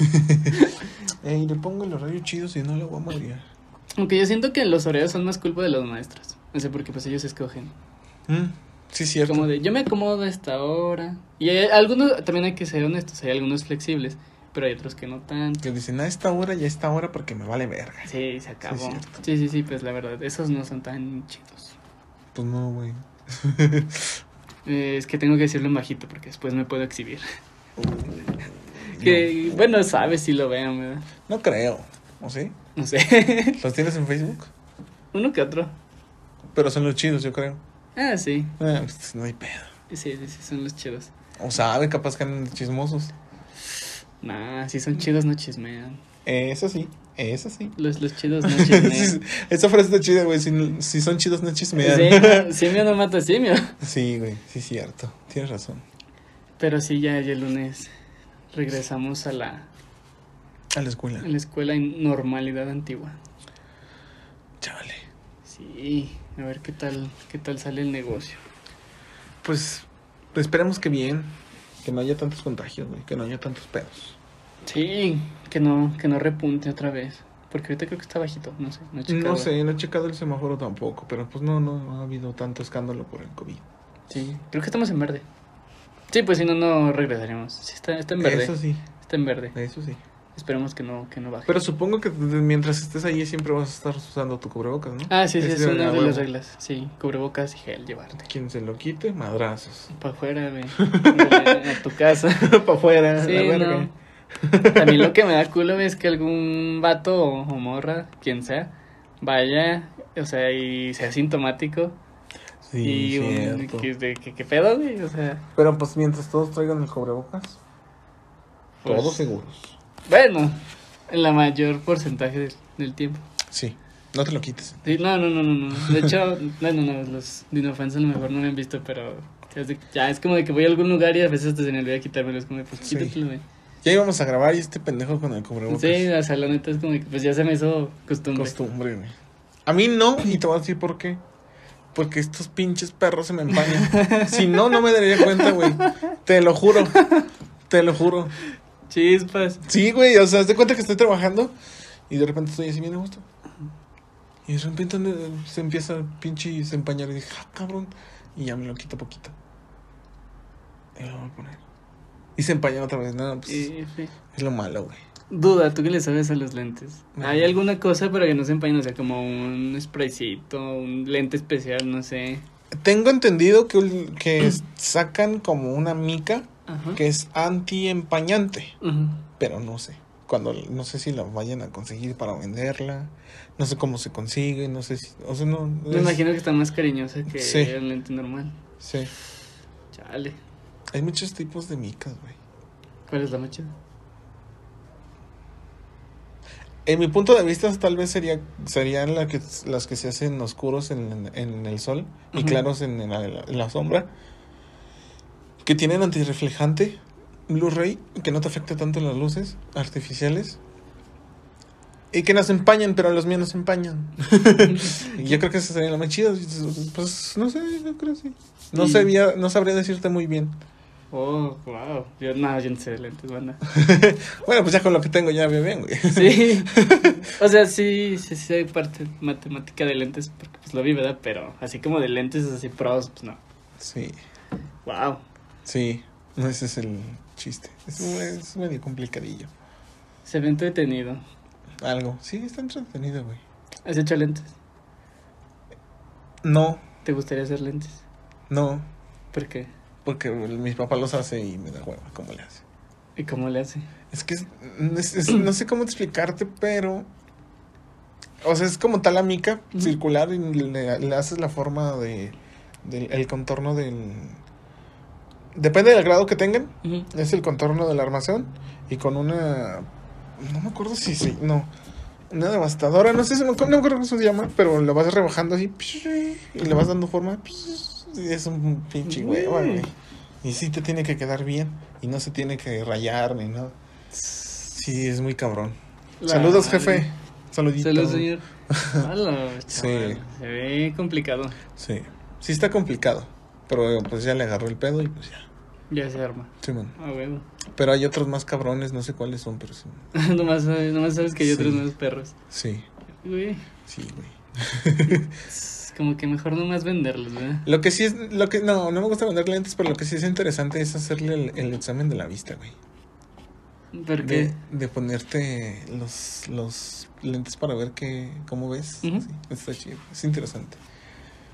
Ey, le pongo el horario chido si no lo voy a madrear.
Aunque yo siento que los horarios son más culpa de los maestros. No sé, porque pues ellos escogen.
Mm, Sí, cierto.
Como de, yo me acomodo a esta hora. Y hay algunos, también hay que ser honestos, hay algunos flexibles, pero hay otros que no tanto.
Que dicen a esta hora y a esta hora porque me vale verga.
Sí, se acabó. Sí,
cierto.
sí, sí, pues la verdad, esos no son tan chidos.
Pues no,
[LAUGHS]
güey.
Eh, es que tengo que decirlo en bajito porque después me puedo exhibir.
no,
Que, bueno, sabes si lo vean, ¿verdad?
no creo. ¿O sí?
No sé. [LAUGHS]
¿Los tienes en Facebook?
Uno que otro.
Pero son los chidos, yo creo.
Ah, sí.
Ah, pues, no hay pedo.
Sí, sí, sí, son los chidos.
O sabe, capaz que andan de chismosos.
Nah, si son chidos no chismean.
Eso sí, eso sí.
Los, los chidos no
[LAUGHS] Sí,
chismean.
Esa frase está chida, güey. Si, si son chidos, no chismean.
Sí, no, simio no mata simio.
[LAUGHS] Sí, güey, sí es cierto. Tienes razón.
Pero sí, ya, ya el lunes regresamos a la,
A la
a
escuela.
la escuela en normalidad antigua.
Chale.
Sí, a ver qué tal, qué tal sale el negocio.
Pues esperemos que bien. Que no haya tantos contagios, güey. Que no haya tantos pedos.
Sí, que no, que no repunte otra vez. Porque ahorita creo que está bajito, no sé. No, he checado.
No sé, no he checado el semáforo tampoco. Pero pues no, no ha habido tanto escándalo por el COVID.
Sí, creo que estamos en verde. Sí, pues si no, no regresaremos. Sí, está, está en verde.
Eso sí,
Está en verde.
eso sí.
Esperemos que no, que no baje.
Pero supongo que mientras estés ahí siempre vas a estar usando tu cubrebocas, ¿no?
ah, sí, sí,
Ese
es
era
una de
huevo.
las reglas. Sí, cubrebocas y gel llevarte.
Quien se lo
[LAUGHS]
quite, madrazos.
Para afuera, güey. Ándale, A tu casa.
para afuera,
Sí,
[LAUGHS] la verga.
no. También lo que me da culo es que algún vato o o morra, quien sea, vaya, o sea, y sea sintomático.
Sí,
y un-
cierto.
que, de- que- que pedo, güey? O sea,
Pero pues mientras todos traigan el cubrebocas,
pues,
todos seguros.
Bueno, en la mayor porcentaje del, del tiempo.
Sí, no te lo quites.
Sí, no, no, no, no, no. De
[LAUGHS]
hecho, no, no, no, los dinofans a lo mejor no me han visto, pero es de- ya es como de que voy a algún lugar y a veces hasta se me olvida quitármelo. Es como de, pues
Sí.
quítatelo, güey.
Ya íbamos a grabar y este pendejo con el cubrebocas.
Sí, o sea, la neta es como de que pues ya se me hizo costumbre.
Costumbre, güey. A mí no, y te voy a decir por qué. Porque estos pinches perros se me empañan. si no, no me daría cuenta, güey. Te lo juro. Te lo juro.
Chispas.
Sí, güey, o sea, haz de cuenta que estoy trabajando y de repente estoy así bien a gusto. Y de repente eh, se empieza el pinche y se empañar y dije, ah, cabrón. Y ya me lo quito poquito. Y lo voy a poner. Y se empaña otra vez. No, pues
Eh, sí.
es lo malo, güey.
Duda, ¿tú qué le sabes a los lentes?
Ujú.
¿Hay alguna cosa para que no se empañen? O sea, como un spraycito, un lente especial, no sé.
Tengo entendido que, ul- que s- sacan como una mica
Ajá.
que es anti-empañante,
Ujú.
pero no sé. Cuando no sé si la vayan a conseguir para venderla, no sé cómo se consigue, no sé si, o sea, no
Me
es-
imagino que está más cariñosa que
Sí.
el lente normal.
Sí.
Chale.
Hay muchos tipos de micas, güey.
¿Cuál es la más chida?
En mi punto de vista, tal vez sería, serían la que, las que se hacen oscuros en, en el sol y
Ujú.
claros en, en la, en la sombra. Que tienen antirreflejante, Blu-ray, que no te afecta tanto las luces artificiales. Y que nos empañan, pero los míos
[LAUGHS]
nos empañan. Y yo creo que esas serían las más chidas. Pues no sé, yo creo que sí. No,
Y-
sabía, no sabría decirte muy bien. [LAUGHS]
Oh, wow. Yo, no, yo no sé de lentes,
[LAUGHS]
banda.
Bueno, pues ya con lo que tengo ya veo bien, güey.
Sí. o sea, sí, sí, sí hay parte matemática de lentes, porque pues lo vi, ¿verdad? Pero así como de lentes así pros, pues no.
Sí.
Wow.
Sí, [LAUGHS] no ese es el chiste. Es, es medio complicadillo.
Se ve entretenido.
Algo. Sí, está entretenido, güey.
¿Has hecho lentes?
No,
¿Te gustaría hacer lentes?
no,
¿Por qué?
porque mis papás los hace y me da hueva cómo le hace.
¿Y cómo le hace?
Es que es- es- es- no sé cómo explicarte, pero... O sea, es como tal la mica
Ujú.
circular y le, le haces la forma de, del- el contorno del... Depende del grado que tengan,
Ujú.
Es el contorno del armazón y con una... No me acuerdo si se... No. Una devastadora, no sé, si me, acu- no me acuerdo cómo se llama, pero la vas rebajando así y le vas dando forma. Y es un pinche
Güey.
hueva, güey. Y sí te tiene que quedar bien y no se tiene que rayar ni nada. Sí, es muy cabrón.
La-
Saludos, jefe. Saludito.
Saludos,
[LAUGHS]
señor. Hola,
Sí.
Se ve complicado.
Sí. Sí está complicado, pero pues ya le agarró el pedo y pues ya.
Ya se arma.
Sí, man.
A huevo. [LAUGHS]
Pero hay otros más cabrones, no sé cuáles son, pero sí.
nomás, sabes- nomás sabes que hay otros
Sí.
nuevos perros.
Sí,
[LAUGHS] Güey.
sí, güey.
Es como que mejor nomás venderlos, ¿verdad?
Lo que sí es, lo que, no, no me gusta vender lentes, pero lo que sí es interesante es hacerle el, el examen de la vista, güey.
¿Por qué?
De, de ponerte los, los lentes para ver qué, cómo ves.
Ujú.
Sí, está chido, es interesante.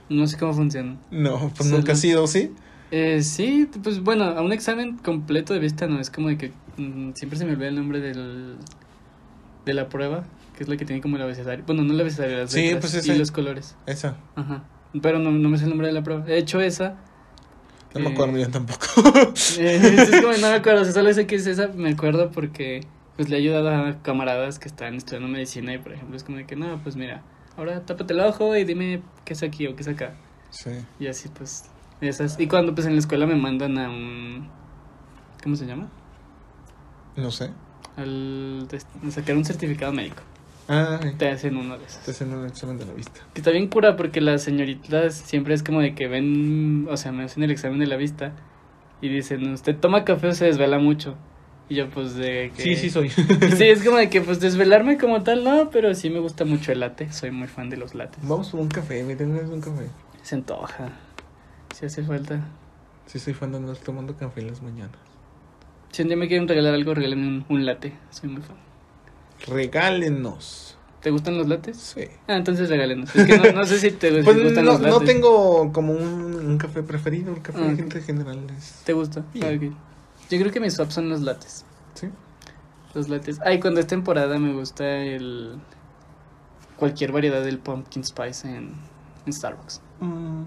No sé cómo funciona.
No, pues
Solo-
nunca has ido, ¿sí?
Eh, sí, pues bueno, a un examen completo de vista no, es como de que mm, siempre se me olvida el nombre del, de la prueba, que es la que tiene como el abecedario. Bueno, no el abecedario, las
Sí,
letras
pues
y
ese.
los colores.
Esa.
Ajá. Pero no, no me sé el nombre de la prueba. He hecho esa.
No me
Eh,
acuerdo yo tampoco. [LAUGHS]
eh, es como, no me acuerdo, o sea, solo sé que es esa, me acuerdo porque pues le he ayudado a camaradas que están estudiando medicina y por ejemplo es como de que no, pues mira, ahora tápate el ojo y dime qué es aquí o qué es acá.
sí.
Y así pues esas. Y cuando pues en la escuela me mandan a un ¿cómo se llama?
No sé.
Al test- a sacar un certificado médico.
Ah, eh,
Te hacen uno de esos.
te hacen un examen de la vista.
Que está bien cura porque las señoritas siempre es como de que ven, o sea, me hacen el examen de la vista y dicen, usted toma café o se desvela mucho. Y yo pues de que...
[LAUGHS]
[LAUGHS]
soy.
Sí, es como de que pues desvelarme como tal, no, pero sí me gusta mucho el latte, soy muy fan de los lates.
Vamos por un café, me tengo un café.
Se antoja, si hace falta.
Sí, soy fan de andar tomando café en las mañanas.
Si un día me quieren regalar algo, regálenme un, un latte, soy muy fan.
Regálenos.
¿Te gustan los lates?
Sí.
Ah, entonces regálenos. Es que no, no sé si te si
[LAUGHS] Pues
gustan
no,
los
no
lates.
tengo como un, un café preferido, el café
Ah,
de
ok.
gente general es...
¿Te gusta?
Sí.
Ah, ok. Yo creo que mis swaps son los lates.
¿Sí?
Los lates. Ay, cuando es temporada me gusta el. Cualquier variedad del pumpkin spice en, en Starbucks.
Mm,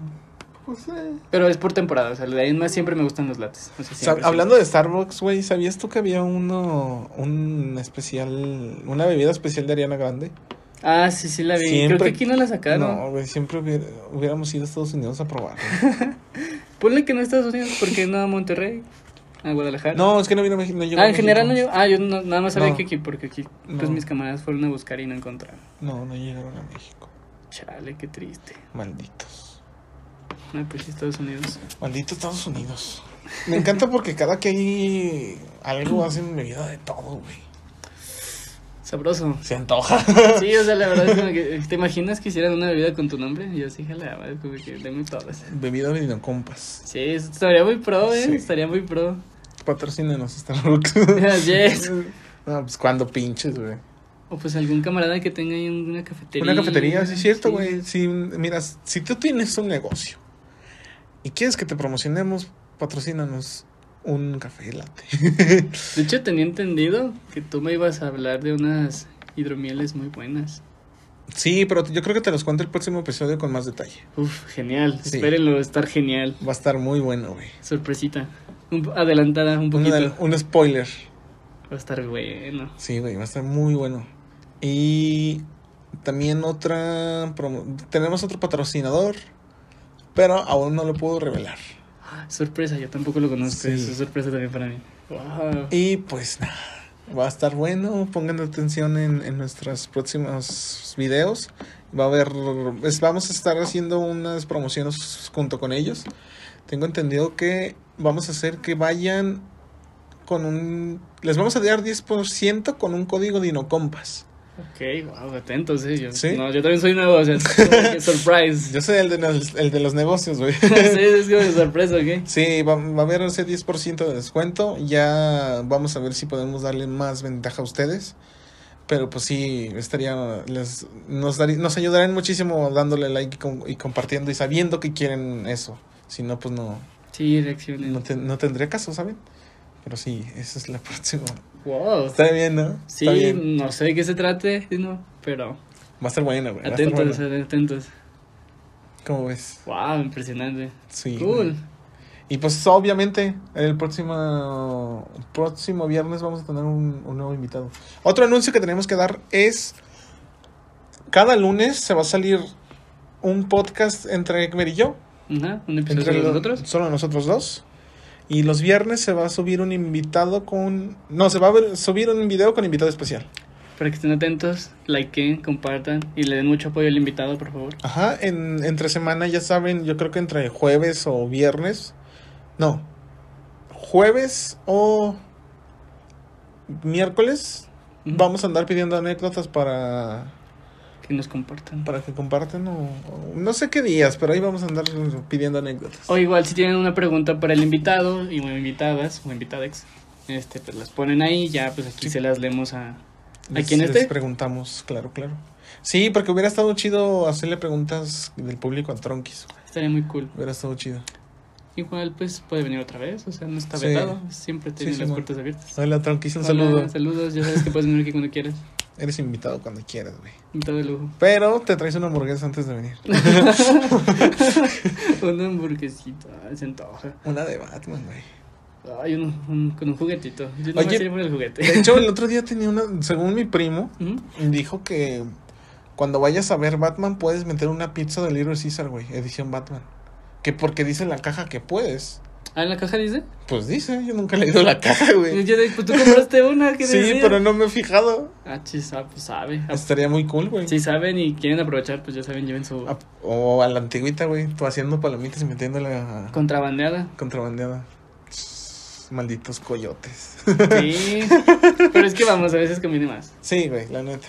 pues, eh.
Pero es por temporada, o sea, de ahí en más siempre me gustan los lates. O sea,
Sab-
siempre,
Hablando de Starbucks, güey, ¿sabías tú que había uno, un especial, una bebida especial de Ariana Grande?
siempre. Ah, sí, sí la vi. Creo
Siempre-
que aquí no la sacaron.
No, güey, siempre hubiera- hubiéramos ido a Estados Unidos a probar.
Ponle que no a Estados Unidos, porque no a Monterrey, a Guadalajara.
No, es que no vino a México. No llegó
ah,
a
en general no
México.
llegó. Ah, yo no- nada más sabía
No.
que aquí, porque aquí pues
No.
mis camaradas fueron a buscar y no encontraron.
No, no llegaron a México.
Chale, qué triste.
Malditos.
No, pues sí, Estados Unidos.
Malditos Estados Unidos. Me encanta porque cada que hay algo hacen bebida de todo, güey. [LAUGHS]
Sabroso.
Se antoja.
Sí, o sea, la verdad es como que. eh, ¿Te imaginas que hicieran una bebida con tu nombre? Yo sí, jala, es como que deme todas.
Bebida vino compas.
Sí, eso estaría muy pro, ¿eh?
Sí.
Estaría muy pro. [LAUGHS]
Patrocínenos Starbucks. [LAUGHS]
Yes.
No, pues cuando pinches, güey.
O pues algún camarada que tenga ahí una cafetería.
Una cafetería, sí es cierto,
Sí.
güey. Si, mira, si tú tienes un negocio y quieres que te promocionemos, patrocínanos un café latte. [LAUGHS]
De hecho, tenía entendido que tú me ibas a hablar de unas hidromieles muy buenas.
sí, pero yo creo que te los cuento el próximo episodio con más detalle.
Uf, genial.
Sí.
Espérenlo, va a estar genial.
Va a estar muy bueno, güey.
Sorpresita. Un- adelantada un
Un,
poquito.
adel- un spoiler.
Va a estar bueno.
Sí, güey, va a estar muy bueno. Y también otra... promo- Tenemos otro patrocinador, pero aún no lo puedo revelar.
Sorpresa, yo tampoco lo conozco.
Sí.
Es una sorpresa también para mí. Wow.
Y pues nada, va a estar bueno. Pongan atención en, en nuestros próximos videos. Va a haber, es- vamos a estar haciendo unas promociones junto con ellos. Tengo entendido que vamos a hacer que vayan con un... Les vamos a dar 10% con un código Dinocompas.
Ok, wow, atentos, eh. Yo,
Sí.
No, yo también soy nuevo, o sea, es como
[LAUGHS]
que surprise.
Yo soy el de, los- el de los negocios,
[LAUGHS]
güey. [LAUGHS]
sí, es como de sorpresa, ok.
Sí, va, va a haber ese 10% de descuento. Ya vamos a ver si podemos darle más ventaja a ustedes. Pero pues sí, estaría, les, nos, darí- nos ayudarían muchísimo dándole like y, com- y compartiendo y sabiendo que quieren eso. Si no, pues no,
Sí, reacciones.
no, te- no tendría caso, ¿saben? Pero sí, esa es la [LAUGHS] próxima.
Wow.
Está bien, ¿no?
Sí,
Está bien.
no sé de qué se trate, no, pero
Va a estar buena, güey. va a estar
atentos,
buena.
atentos.
¿Cómo ves?
Wow, impresionante.
Sí.
Cool.
Y pues obviamente el próximo próximo viernes vamos a tener un, un nuevo invitado. Otro anuncio que tenemos que dar es cada lunes se va a salir un podcast entre Ekmer y yo,
Ajá, un episodio
entre
de
lo-
nosotros.
solo nosotros dos. Y los viernes se va a subir un invitado con no, se va a ver- subir un video con invitado especial.
Para que estén atentos, likeen, compartan y le den mucho apoyo al invitado, por favor.
Ajá, en entre semana ya saben, yo creo que entre jueves o viernes. No. Jueves o miércoles
Ujú.
Vamos a andar pidiendo anécdotas para
que nos compartan.
Para que compartan o, o no sé qué días, pero ahí vamos a andar pidiendo anécdotas.
O igual si tienen una pregunta para el invitado y o invitadas o invitadex, este, pues las ponen ahí, ya pues aquí
Sí.
se las leemos a, a este?
Les-
quien
Les
esté.
preguntamos, claro, claro. Sí, porque hubiera estado chido hacerle preguntas del público a Tronquis.
Estaría muy cool.
Hubiera estado chido.
Igual pues puede venir otra vez, o sea, no está
Sí.
vetado, siempre tiene
sí,
las
bueno.
puertas abiertas.
Hola, Tronquis, un
Hola,
saludo.
Saludos, ya sabes que puedes venir aquí cuando quieras.
Eres invitado cuando quieras, güey.
Invitado de
[LAUGHS]
lujo. [LAUGHS]
Pero te traes una hamburguesa antes de venir.
Una hamburguesita, ay, se antoja.
Una de Batman, güey.
Ay, un, un- con un juguetito. Yo no
Oye.
me iría por el
De [LAUGHS]
juguete. ¿Mm?
hecho, el otro día tenía una, según mi primo,
Ujú.
dijo que cuando vayas a ver Batman puedes meter una pizza de Little Caesar, güey, edición Batman. Que porque dice en la caja que puedes.
Ah, en la caja dice.
Pues dice, yo nunca he leído la caja, güey.
Yo dije, pues tú compraste una, ¿qué
Sí,
decía?
pero no me he fijado.
Ah, chis, ah, pues sabe. Ah,
Estaría muy cool, güey.
Si saben y quieren aprovechar, pues ya saben, lleven su
A- O a la antigüita, güey, tú haciendo palomitas y metiéndola [LAUGHS]
contrabandeada.
contrabandeada. Malditos coyotes.
Sí. pero es que vamos, a veces conviene más.
Sí, güey, la neta.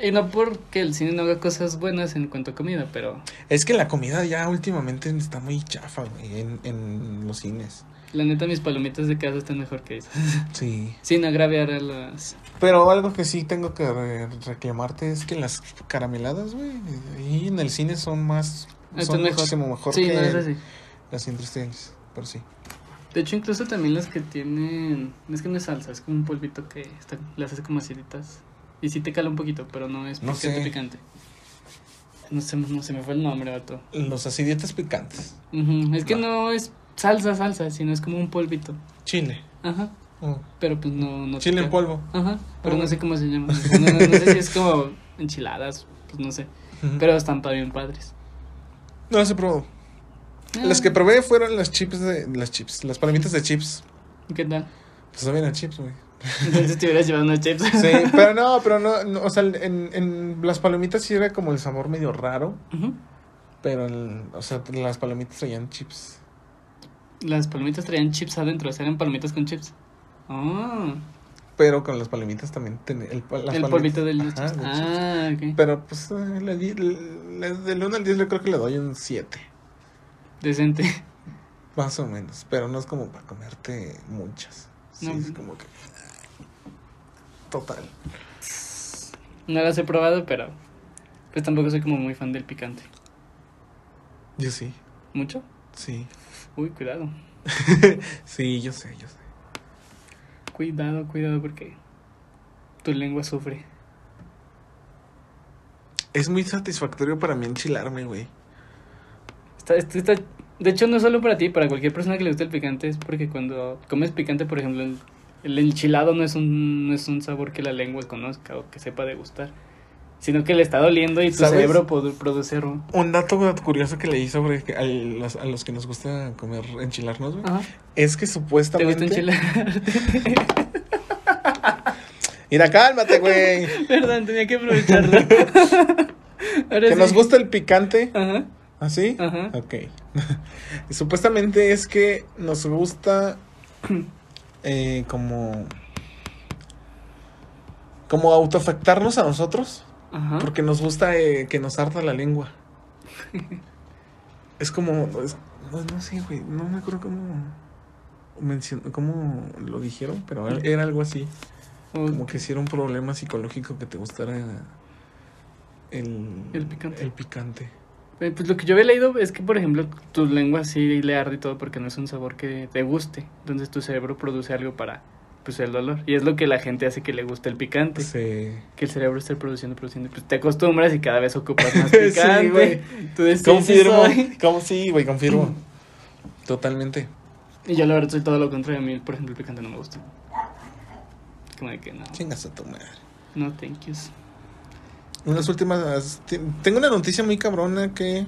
Y no porque el cine no haga cosas buenas en cuanto a comida, pero
Es que la comida ya últimamente está muy chafa, güey, en, en los cines.
la neta mis palomitas de casa están mejor que esas.
Sí.
Sin agraviar a las...
Pero algo que sí tengo que re- reclamarte es que las carameladas, güey, ahí en el cine son más.
Están
son
mejor.
muchísimo mejor
sí,
que
no es así.
las industriales. Pero sí.
De hecho, incluso también las que tienen... Es que no es salsa, es como un polvito que está- las hace como aciditas. Y sí te cala un poquito, pero no es
No
picante
sé.
picante. No sé, no se me fue el nombre, vato.
Los acidietas picantes.
Ujú, Es que no es salsa, salsa, sino es como un polvito.
Chile.
Ajá.
Oh,
Pero pues no. no te
Chile en
queda.
polvo.
Ajá. Pero
Ah,
no sé
bueno.
cómo se
[LAUGHS]
llama. No, no- no sé si es como enchiladas, pues no sé.
Ujú.
Pero están pa- bien padres.
No, se probó.
Ah,
Las que probé fueron las chips de. Las chips. Las palomitas de chips.
¿Qué tal?
Pues saben a chips, güey.
Entonces te hubieras llevado unos chips. [LAUGHS]
Sí, pero no, pero no, no, o sea, en, en las palomitas sí era como el sabor medio raro,
Ujú.
pero, el- o sea, las palomitas traían chips.
Las palomitas traían chips adentro, o sea, eran palomitas con chips. Oh,
Pero con las palomitas también ten- el, pa- las
el
palomitas-
polvito de los
ajá,
chips.
de chips.
Ah, ok.
Pero pues eh, le di- le- del 1 al 10 yo creo que le doy un 7,
Decente. [LAUGHS]
más o menos, pero no es como para comerte muchas. Sí,
No.
es como que... Total.
No las he probado, pero. Pues tampoco soy como muy fan del picante.
Yo sí,
¿Mucho?
sí.
Uy, cuidado.
Sí, yo sé, yo sé.
Cuidado, cuidado, porque tu lengua sufre.
Es muy satisfactorio para mí enchilarme, güey.
Está, está- está- de hecho, no solo para ti, para cualquier persona que le guste el picante, es porque cuando comes picante, por ejemplo, el, el enchilado no es, un, no es un sabor que la lengua conozca o que sepa degustar, sino que le está doliendo y tu
¿Sabes?
cerebro produ- produce ru-
Un dato curioso que leí sobre que- al- las- a los que nos gusta comer enchilarnos, güey,
Ajá.
es que
¿Te gusta
supuestamente...
enchilar? [LAUGHS]
Mira, cálmate,
[LAUGHS]
güey.
Perdón, tenía que aprovecharlo. Ahora
que
sí.
nos gusta el picante.
Ajá,
¿Así?
Ajá.
¿Ah, Ok. [LAUGHS] Supuestamente es que nos
[CLEARS THROAT]
gusta eh, como... Como autoafectarnos a nosotros.
ajá.
Porque nos gusta eh, que nos harta
[LAUGHS]
la lengua. es como. es- no, no sé, güey. No me acuerdo cómo. mencion- cómo lo dijeron, pero era- era algo así.
O-
Como que si era un problema psicológico que te gustara el,
El picante.
el picante.
eh, Pues lo que yo había leído es que, por ejemplo, tu lengua sí le arde y todo porque no es un sabor que te guste. Entonces tu cerebro produce algo para pues, el dolor. Y es lo que la gente hace que le guste el picante.
Se-
Que el cerebro esté produciendo, produciendo. Pues te acostumbras y cada vez ocupas [LAUGHS] más
Sí,
picante.
güey.
Tú dices, sí, sí
confirmo.
soy. [LAUGHS]
como sí, güey, confirmo. [CLEARS THROAT] Totalmente.
Y yo la verdad soy todo lo contrario. A mí, por ejemplo, el picante no me gusta. Como de que no.
Chingas a tu madre.
No, thank yous.
Unas últimas. te- Tengo una noticia muy cabrona que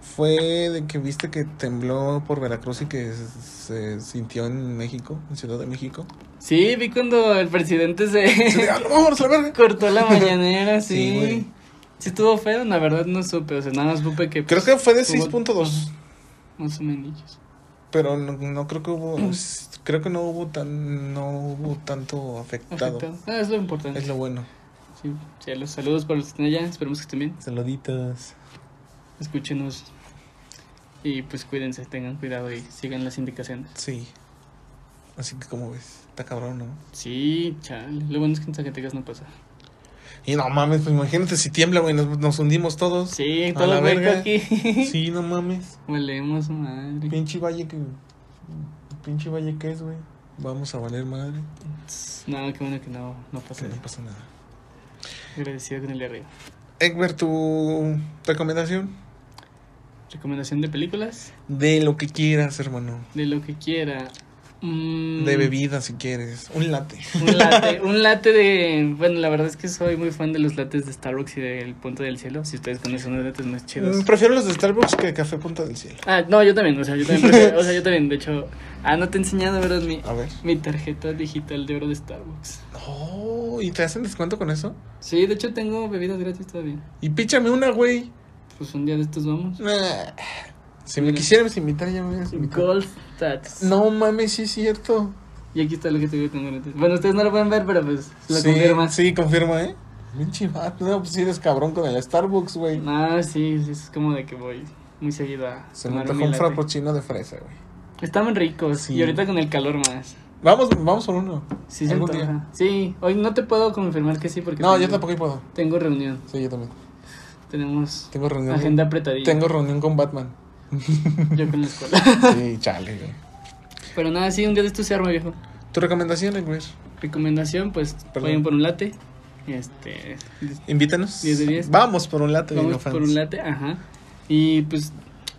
fue de que viste que tembló por Veracruz y que se sintió en México, en Ciudad
[LAUGHS]
de México.
Sí, vi cuando el presidente se... [LAUGHS]
Se de, "Ah, no, vámonos a la verga".
Cortó la mañanera,
Sí,
sí.
güey.
Sí, estuvo feo, la verdad no supe, o sea, nada más supe que...
Creo
pues,
que fue de
hubo-
6.2,
Más o menos.
pero no, no creo que hubo.
Mm.
Creo que no hubo, tan, no hubo tanto afectado.
Afectado. Ah, es lo importante.
Es lo bueno.
Sí, sí, los saludos para los que estén allá, esperemos que estén bien.
Saluditos.
Escúchenos. Y pues cuídense, tengan cuidado y sigan las indicaciones.
Sí. Así que como ves, está cabrón, ¿no?
Sí, chale. Lo bueno es que en Zacatecas no pasa.
Y no mames, pues imagínate si tiembla, güey, nos, nos hundimos todos.
Sí,
A
todo
la
el hueco
verga.
aquí.
Sí, no mames.
[LAUGHS] Valemos madre.
Pinche valle que. Pinche valle que es, güey. Vamos a valer madre.
No, qué bueno que no, no pasa
Que no
nada.
pasa nada.
Agradecido con el de arriba.
Egbert, tu recomendación
Recomendación de películas,
de lo que quieras, hermano.
de lo que quiera. Mm,
De bebida, si quieres. Un latte.
Un latte, un latte de. Bueno, la verdad es que soy muy fan de los lates de Starbucks y del Punto del Cielo. Si ustedes conocen unos lates más chidos.
Mm, Prefiero los de Starbucks que Café Punta del Cielo.
Ah, no, yo también, o sea, yo también. prefiero- o sea, yo también, de hecho. Ah, no te he enseñado, ¿verdad? Mi,
A ver.
mi tarjeta digital de oro de Starbucks.
Oh, ¿y te hacen descuento con eso?
Sí, de hecho tengo bebidas gratis todavía.
Y píchame una, güey.
Pues un día de estos vamos.
Nah. Si me quisieras invitar, ya me hubieras invitado.
Gold Stats.
No mames, sí es cierto.
Y aquí está lo que te voy a tener gratis. Bueno, ustedes no lo pueden ver, pero pues lo
sí,
confirma.
Sí, confirma, ¿eh? Pinche vato, no, pues sí eres cabrón con el Starbucks, güey.
No, Ah, sí, sí, es como de que voy muy seguido a
Se me
tomar
antojó
mi
un
latte.
frappuccino de fresa, güey.
Estaban ricos
Sí.
y ahorita con el calor más.
Vamos, vamos por uno.
Sí, se
Algún
antoja.
día.
Sí, hoy no te puedo confirmar que sí porque
No,
tengo,
yo tampoco puedo.
tengo reunión.
Sí, yo también.
Tenemos
Tengo reunión.
agenda apretadilla.
Tengo reunión con Batman.
[LAUGHS] Yo con la escuela.
[LAUGHS] Sí, chale, güey.
Pero nada, sí, un día de estos se arma, viejo.
¿Tu recomendación, güey?
Recomendación, pues
Perdón.
vayan por un late. Este,
Invítanos.
Diez de diez.
Vamos por un latte,
vamos
viejo fans.
por un late, ajá. Y pues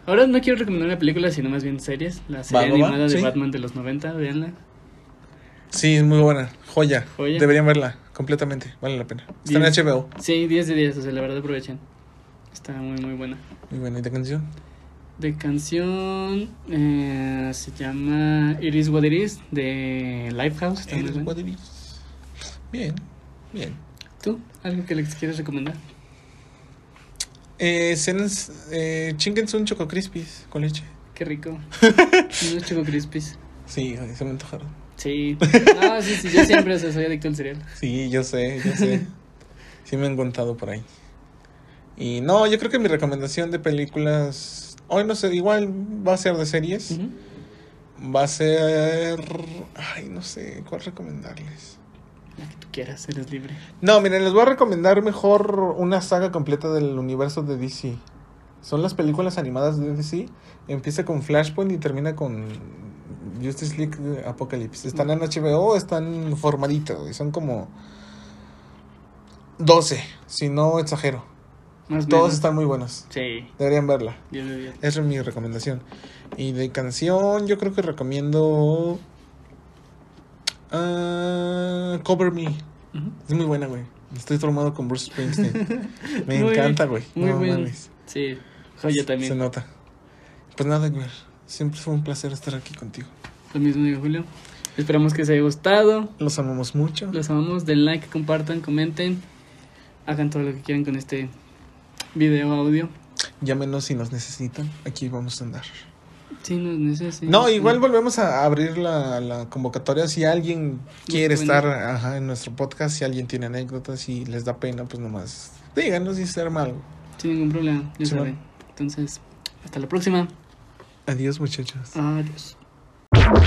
ahora no quiero recomendar una película, sino más bien series. La serie
va, va,
animada de
sí.
Batman de los 90, véanla.
Sí, es muy buena. Joya.
Joya.
Deberían verla completamente. Vale la pena. Está
Diez.
en HBO.
Sí, 10 de 10, o sea, la verdad aprovechen. Está muy, muy buena.
Muy buena. ¿Y de canción?
De canción eh, se llama It Is What It Is de Lifehouse. está muy
Eres
buena.
what it is. Bien, bien.
¿Tú? ¿Algo que les quieres recomendar?
Eh, cenas, eh, chinguense un Choco Crispies con leche.
Qué rico. Unos Choco Crispies.
Sí, ay, se me antojaron.
[LAUGHS] Sí. No, Ah, sí, sí, yo siempre o sea, soy adicto al cereal.
Sí, yo sé, yo sé. Sí me han contado por ahí. Y no, yo creo que mi recomendación de películas, hoy no sé, igual va a ser de series.
Ujú.
Va a ser... Ay, no sé, ¿cuál recomendarles?
La que tú quieras, eres libre.
No, miren, les voy a recomendar mejor una saga completa del universo de DC. Son las películas animadas de DC. Empieza con Flashpoint y termina con Justice League Apocalypse. Están en HBO, están formaditas, güey. Son como 12, si no exagero.
Más o
Todos
menos.
están muy buenos.
Sí,
Deberían verla.
10 de 10.
Esa es mi recomendación. Y de canción, yo creo que recomiendo... ah, Cover Me
Ujú.
es muy buena, güey. Estoy formado con Bruce
[LAUGHS]
Springsteen. Me
Muy-
encanta, güey.
Muy
No
bueno.
mames.
Sí, joya
Se
también.
nota. Pues nada, güey. Siempre fue un placer estar aquí contigo.
Lo mismo digo Julio. Esperamos que les haya gustado.
Los amamos mucho.
Los amamos, den like, compartan, comenten, hagan todo lo que quieran con este video audio.
Llámenos si nos necesitan. Aquí vamos a andar.
Sí, nos necesitan.
No, igual volvemos a abrir la, la convocatoria. Si alguien quiere
Bueno.
estar ajá, en nuestro podcast, si alguien tiene anécdotas, si les da pena, pues nomás díganos y se arma algo.
Sin ningún problema, ya
Sí,
saben. Entonces, hasta la próxima.
Adiós, muchachos.
Adiós.